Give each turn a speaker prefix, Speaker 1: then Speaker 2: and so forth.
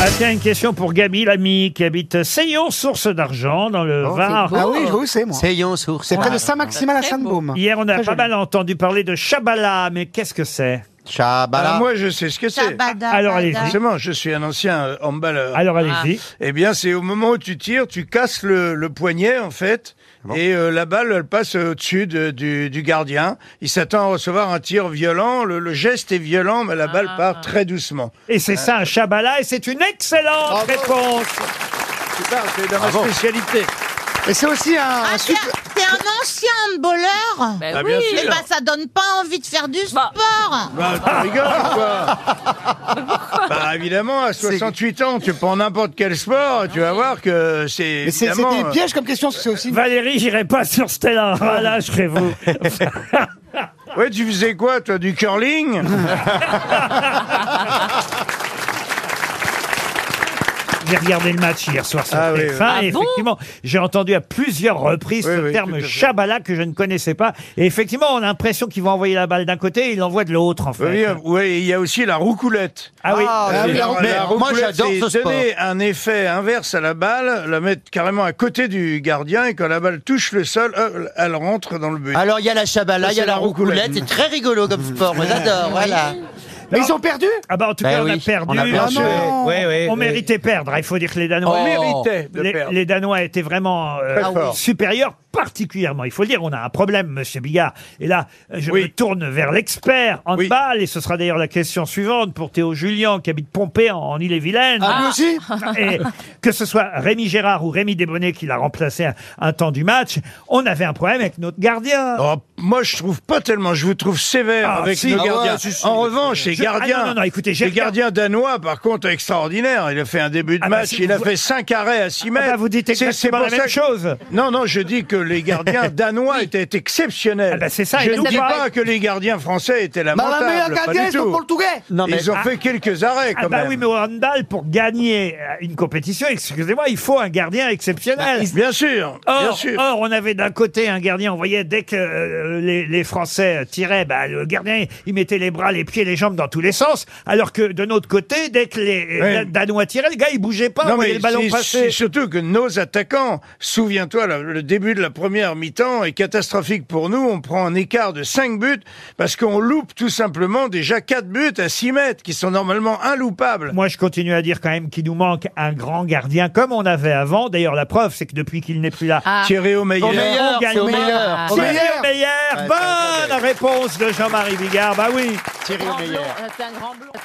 Speaker 1: Ah, tiens, une question pour Gabi Lamy qui habite Seyon, source d'argent dans le
Speaker 2: Oh,
Speaker 1: Var.
Speaker 2: c'est beau. Ah oui, je vois où c'est, moi.
Speaker 3: Seyon source.
Speaker 2: C'est près de Saint-Maximin à
Speaker 4: Très
Speaker 2: Sainte-Baume.
Speaker 1: Hier, on a pas
Speaker 2: Très joli.
Speaker 1: mal entendu parler de Shabala, mais qu'est-ce que c'est
Speaker 3: Chabala.
Speaker 5: Ah, moi, je sais ce que c'est.
Speaker 4: Tabada,
Speaker 1: Alors, allez-y.
Speaker 4: tabada.
Speaker 5: Forcément, je suis un ancien euh, handballeur.
Speaker 1: Alors allez-y.
Speaker 5: Eh bien, c'est au moment où tu tires, tu casses le, le poignet, en fait, et euh, la balle, elle passe au-dessus de- du, du gardien. Il s'attend à recevoir un tir violent. Le, le geste est violent, mais la balle part très doucement.
Speaker 1: Et c'est ça un Shabala, et c'est une excellente réponse.
Speaker 5: Super, c'est dans ma spécialité.
Speaker 2: Et c'est aussi un,
Speaker 4: Ah, c'est
Speaker 2: super-
Speaker 4: un- c'est un ancien handballeur
Speaker 5: Ah, bien
Speaker 4: Eh
Speaker 5: sûr.
Speaker 4: ben, ça donne pas envie de faire du sport
Speaker 5: Bah, tu rigoles ou quoi Bah, évidemment, à 68 ans, tu prends n'importe quel sport, tu vas voir que c'est
Speaker 2: Mais c'est c'est
Speaker 5: évidemment...
Speaker 2: des
Speaker 5: euh,
Speaker 2: pièges comme question, parce que c'est aussi
Speaker 3: Bah,
Speaker 2: une-
Speaker 1: Valérie, j'irai pas sur
Speaker 5: Ah.
Speaker 1: Stella. Voilà, je serai vous.
Speaker 5: euh, Ouais, tu faisais quoi, toi, du curling
Speaker 1: J'ai regardé le match hier soir sur
Speaker 5: Ah oui,
Speaker 1: TF1,
Speaker 4: oui.
Speaker 1: et
Speaker 4: Ah bon
Speaker 1: effectivement, j'ai entendu à plusieurs reprises
Speaker 5: Oui,
Speaker 1: ce
Speaker 5: oui, tout
Speaker 1: terme
Speaker 5: à fait.
Speaker 1: Shabala que je ne connaissais pas. Et effectivement, on a l'impression qu'il va envoyer la balle d'un côté, et il l'envoie de l'autre en fait.
Speaker 5: Oui, euh, ouais, il y a aussi la roucoulette.
Speaker 1: Ah oui.
Speaker 2: Ah, oui,
Speaker 5: Mais
Speaker 2: la-
Speaker 3: mais moi, j'adore
Speaker 5: c'est
Speaker 3: ce sport.
Speaker 5: donner un effet inverse à la balle, la mettre carrément à côté du gardien et quand la balle touche le sol, euh, elle rentre dans le but.
Speaker 2: Ah,
Speaker 3: Alors il y a la chabala,
Speaker 5: Ça,
Speaker 3: il y a
Speaker 5: c'est
Speaker 3: la Mmh.
Speaker 5: la roucoulette.
Speaker 3: roucoulette, c'est très rigolo comme sport, moi j'adore, voilà.
Speaker 2: Mais ils ont perdu
Speaker 1: Ah bah en tout
Speaker 3: Ben
Speaker 1: cas, on a
Speaker 3: oui,
Speaker 1: perdu.
Speaker 3: on a
Speaker 2: Ah
Speaker 3: perdu.
Speaker 2: non
Speaker 5: Eh
Speaker 6: Oui, oui,
Speaker 1: On
Speaker 6: oui.
Speaker 1: méritait perdre, hein, il faut dire que les Danois.
Speaker 3: Oh.
Speaker 5: méritait de
Speaker 1: les,
Speaker 5: perdre.
Speaker 1: les Danois étaient vraiment euh,
Speaker 5: Très forts.
Speaker 1: supérieurs, particulièrement. Il faut le dire, on a un problème, Monsieur Bigard. Et là, je
Speaker 5: Oui.
Speaker 1: me tourne vers l'expert en
Speaker 5: Oui.
Speaker 1: balle, et ce sera d'ailleurs la question suivante pour Théo Julien, qui habite Pompée, en, en Ille-et-Vilaine.
Speaker 2: Ah, lui aussi
Speaker 1: Et que ce soit Rémi Gérard ou Rémi Desbonnets qui l'a remplacé un, un temps du match, on avait un problème avec notre gardien.
Speaker 5: Oh, moi, je trouve pas tellement. Je vous trouve sévère
Speaker 1: Ah,
Speaker 5: avec
Speaker 1: si.
Speaker 5: nos
Speaker 1: Ah ouais,
Speaker 5: gardiens.
Speaker 1: si, si.
Speaker 5: en revanche, les
Speaker 1: Je- ah,
Speaker 5: gardiens,
Speaker 1: non, non, non, écoutez, j'ai
Speaker 5: les
Speaker 1: regardé-
Speaker 5: gardiens danois, par contre, extraordinaire. Il a fait un début de
Speaker 1: Ah, bah,
Speaker 5: match.
Speaker 1: si
Speaker 5: il a
Speaker 1: vous-
Speaker 5: fait 5 arrêts à 6
Speaker 1: Ah
Speaker 5: mètres.
Speaker 1: bah, vous dites
Speaker 5: C'est- c'est
Speaker 1: exactement
Speaker 5: pour
Speaker 1: la même
Speaker 5: ça que-
Speaker 1: chose.
Speaker 5: Non, non, je dis que les gardiens danois étaient exceptionnels.
Speaker 1: Ah, bah, c'est ça,
Speaker 5: Je
Speaker 1: et
Speaker 5: ne
Speaker 1: donc-
Speaker 5: dis
Speaker 1: Ça
Speaker 5: pas que les gardiens français étaient
Speaker 2: Bah, la
Speaker 5: lamentables.
Speaker 2: meilleure
Speaker 5: pas
Speaker 2: gardienne,
Speaker 5: du
Speaker 2: c'est le
Speaker 5: tout.
Speaker 2: portugais
Speaker 3: Non mais
Speaker 5: Ils ont
Speaker 1: ah-
Speaker 5: fait quelques arrêts quand
Speaker 1: Ah bah
Speaker 5: même.
Speaker 1: oui, mais au handball, pour gagner euh, une compétition, excusez-moi, il faut un gardien exceptionnel.
Speaker 5: Bien sûr, Bah, bien
Speaker 1: Or,
Speaker 5: sûr.
Speaker 1: or, on avait d'un côté un gardien, on voyait dès que euh, les, les Français tiraient, bah, le gardien, il mettait les bras, les pieds, les jambes dans tous les sens, alors que de notre côté, dès que les
Speaker 5: Ouais.
Speaker 1: Dan- Danois tiraient, le gars, il bougeait pas, on
Speaker 5: Non,
Speaker 1: voyait oh,
Speaker 5: mais
Speaker 1: le ballon
Speaker 5: c'est-
Speaker 1: passer.
Speaker 5: c'est surtout que nos attaquants, souviens-toi, le, le début de la première mi-temps est catastrophique pour nous. On prend un écart de 5 buts parce qu'on loupe tout simplement déjà 4 buts à 6 mètres qui sont normalement inloupables.
Speaker 1: Moi, je continue à dire quand même qu'il nous manque un grand gardien, comme on avait avant. D'ailleurs, la preuve, c'est que depuis qu'il n'est plus là,
Speaker 5: Thierry Omeyer.
Speaker 3: Omeyer.
Speaker 1: on gagne.
Speaker 3: c'est au meilleur.
Speaker 1: Thierry
Speaker 2: Au meilleur.
Speaker 1: Meyer, bonne réponse de Jean-Marie Bigard. Bah oui.
Speaker 3: Thierry
Speaker 5: Eh
Speaker 4: Grand
Speaker 5: ben,
Speaker 4: blond,
Speaker 3: Meyer.
Speaker 4: C'est un grand blond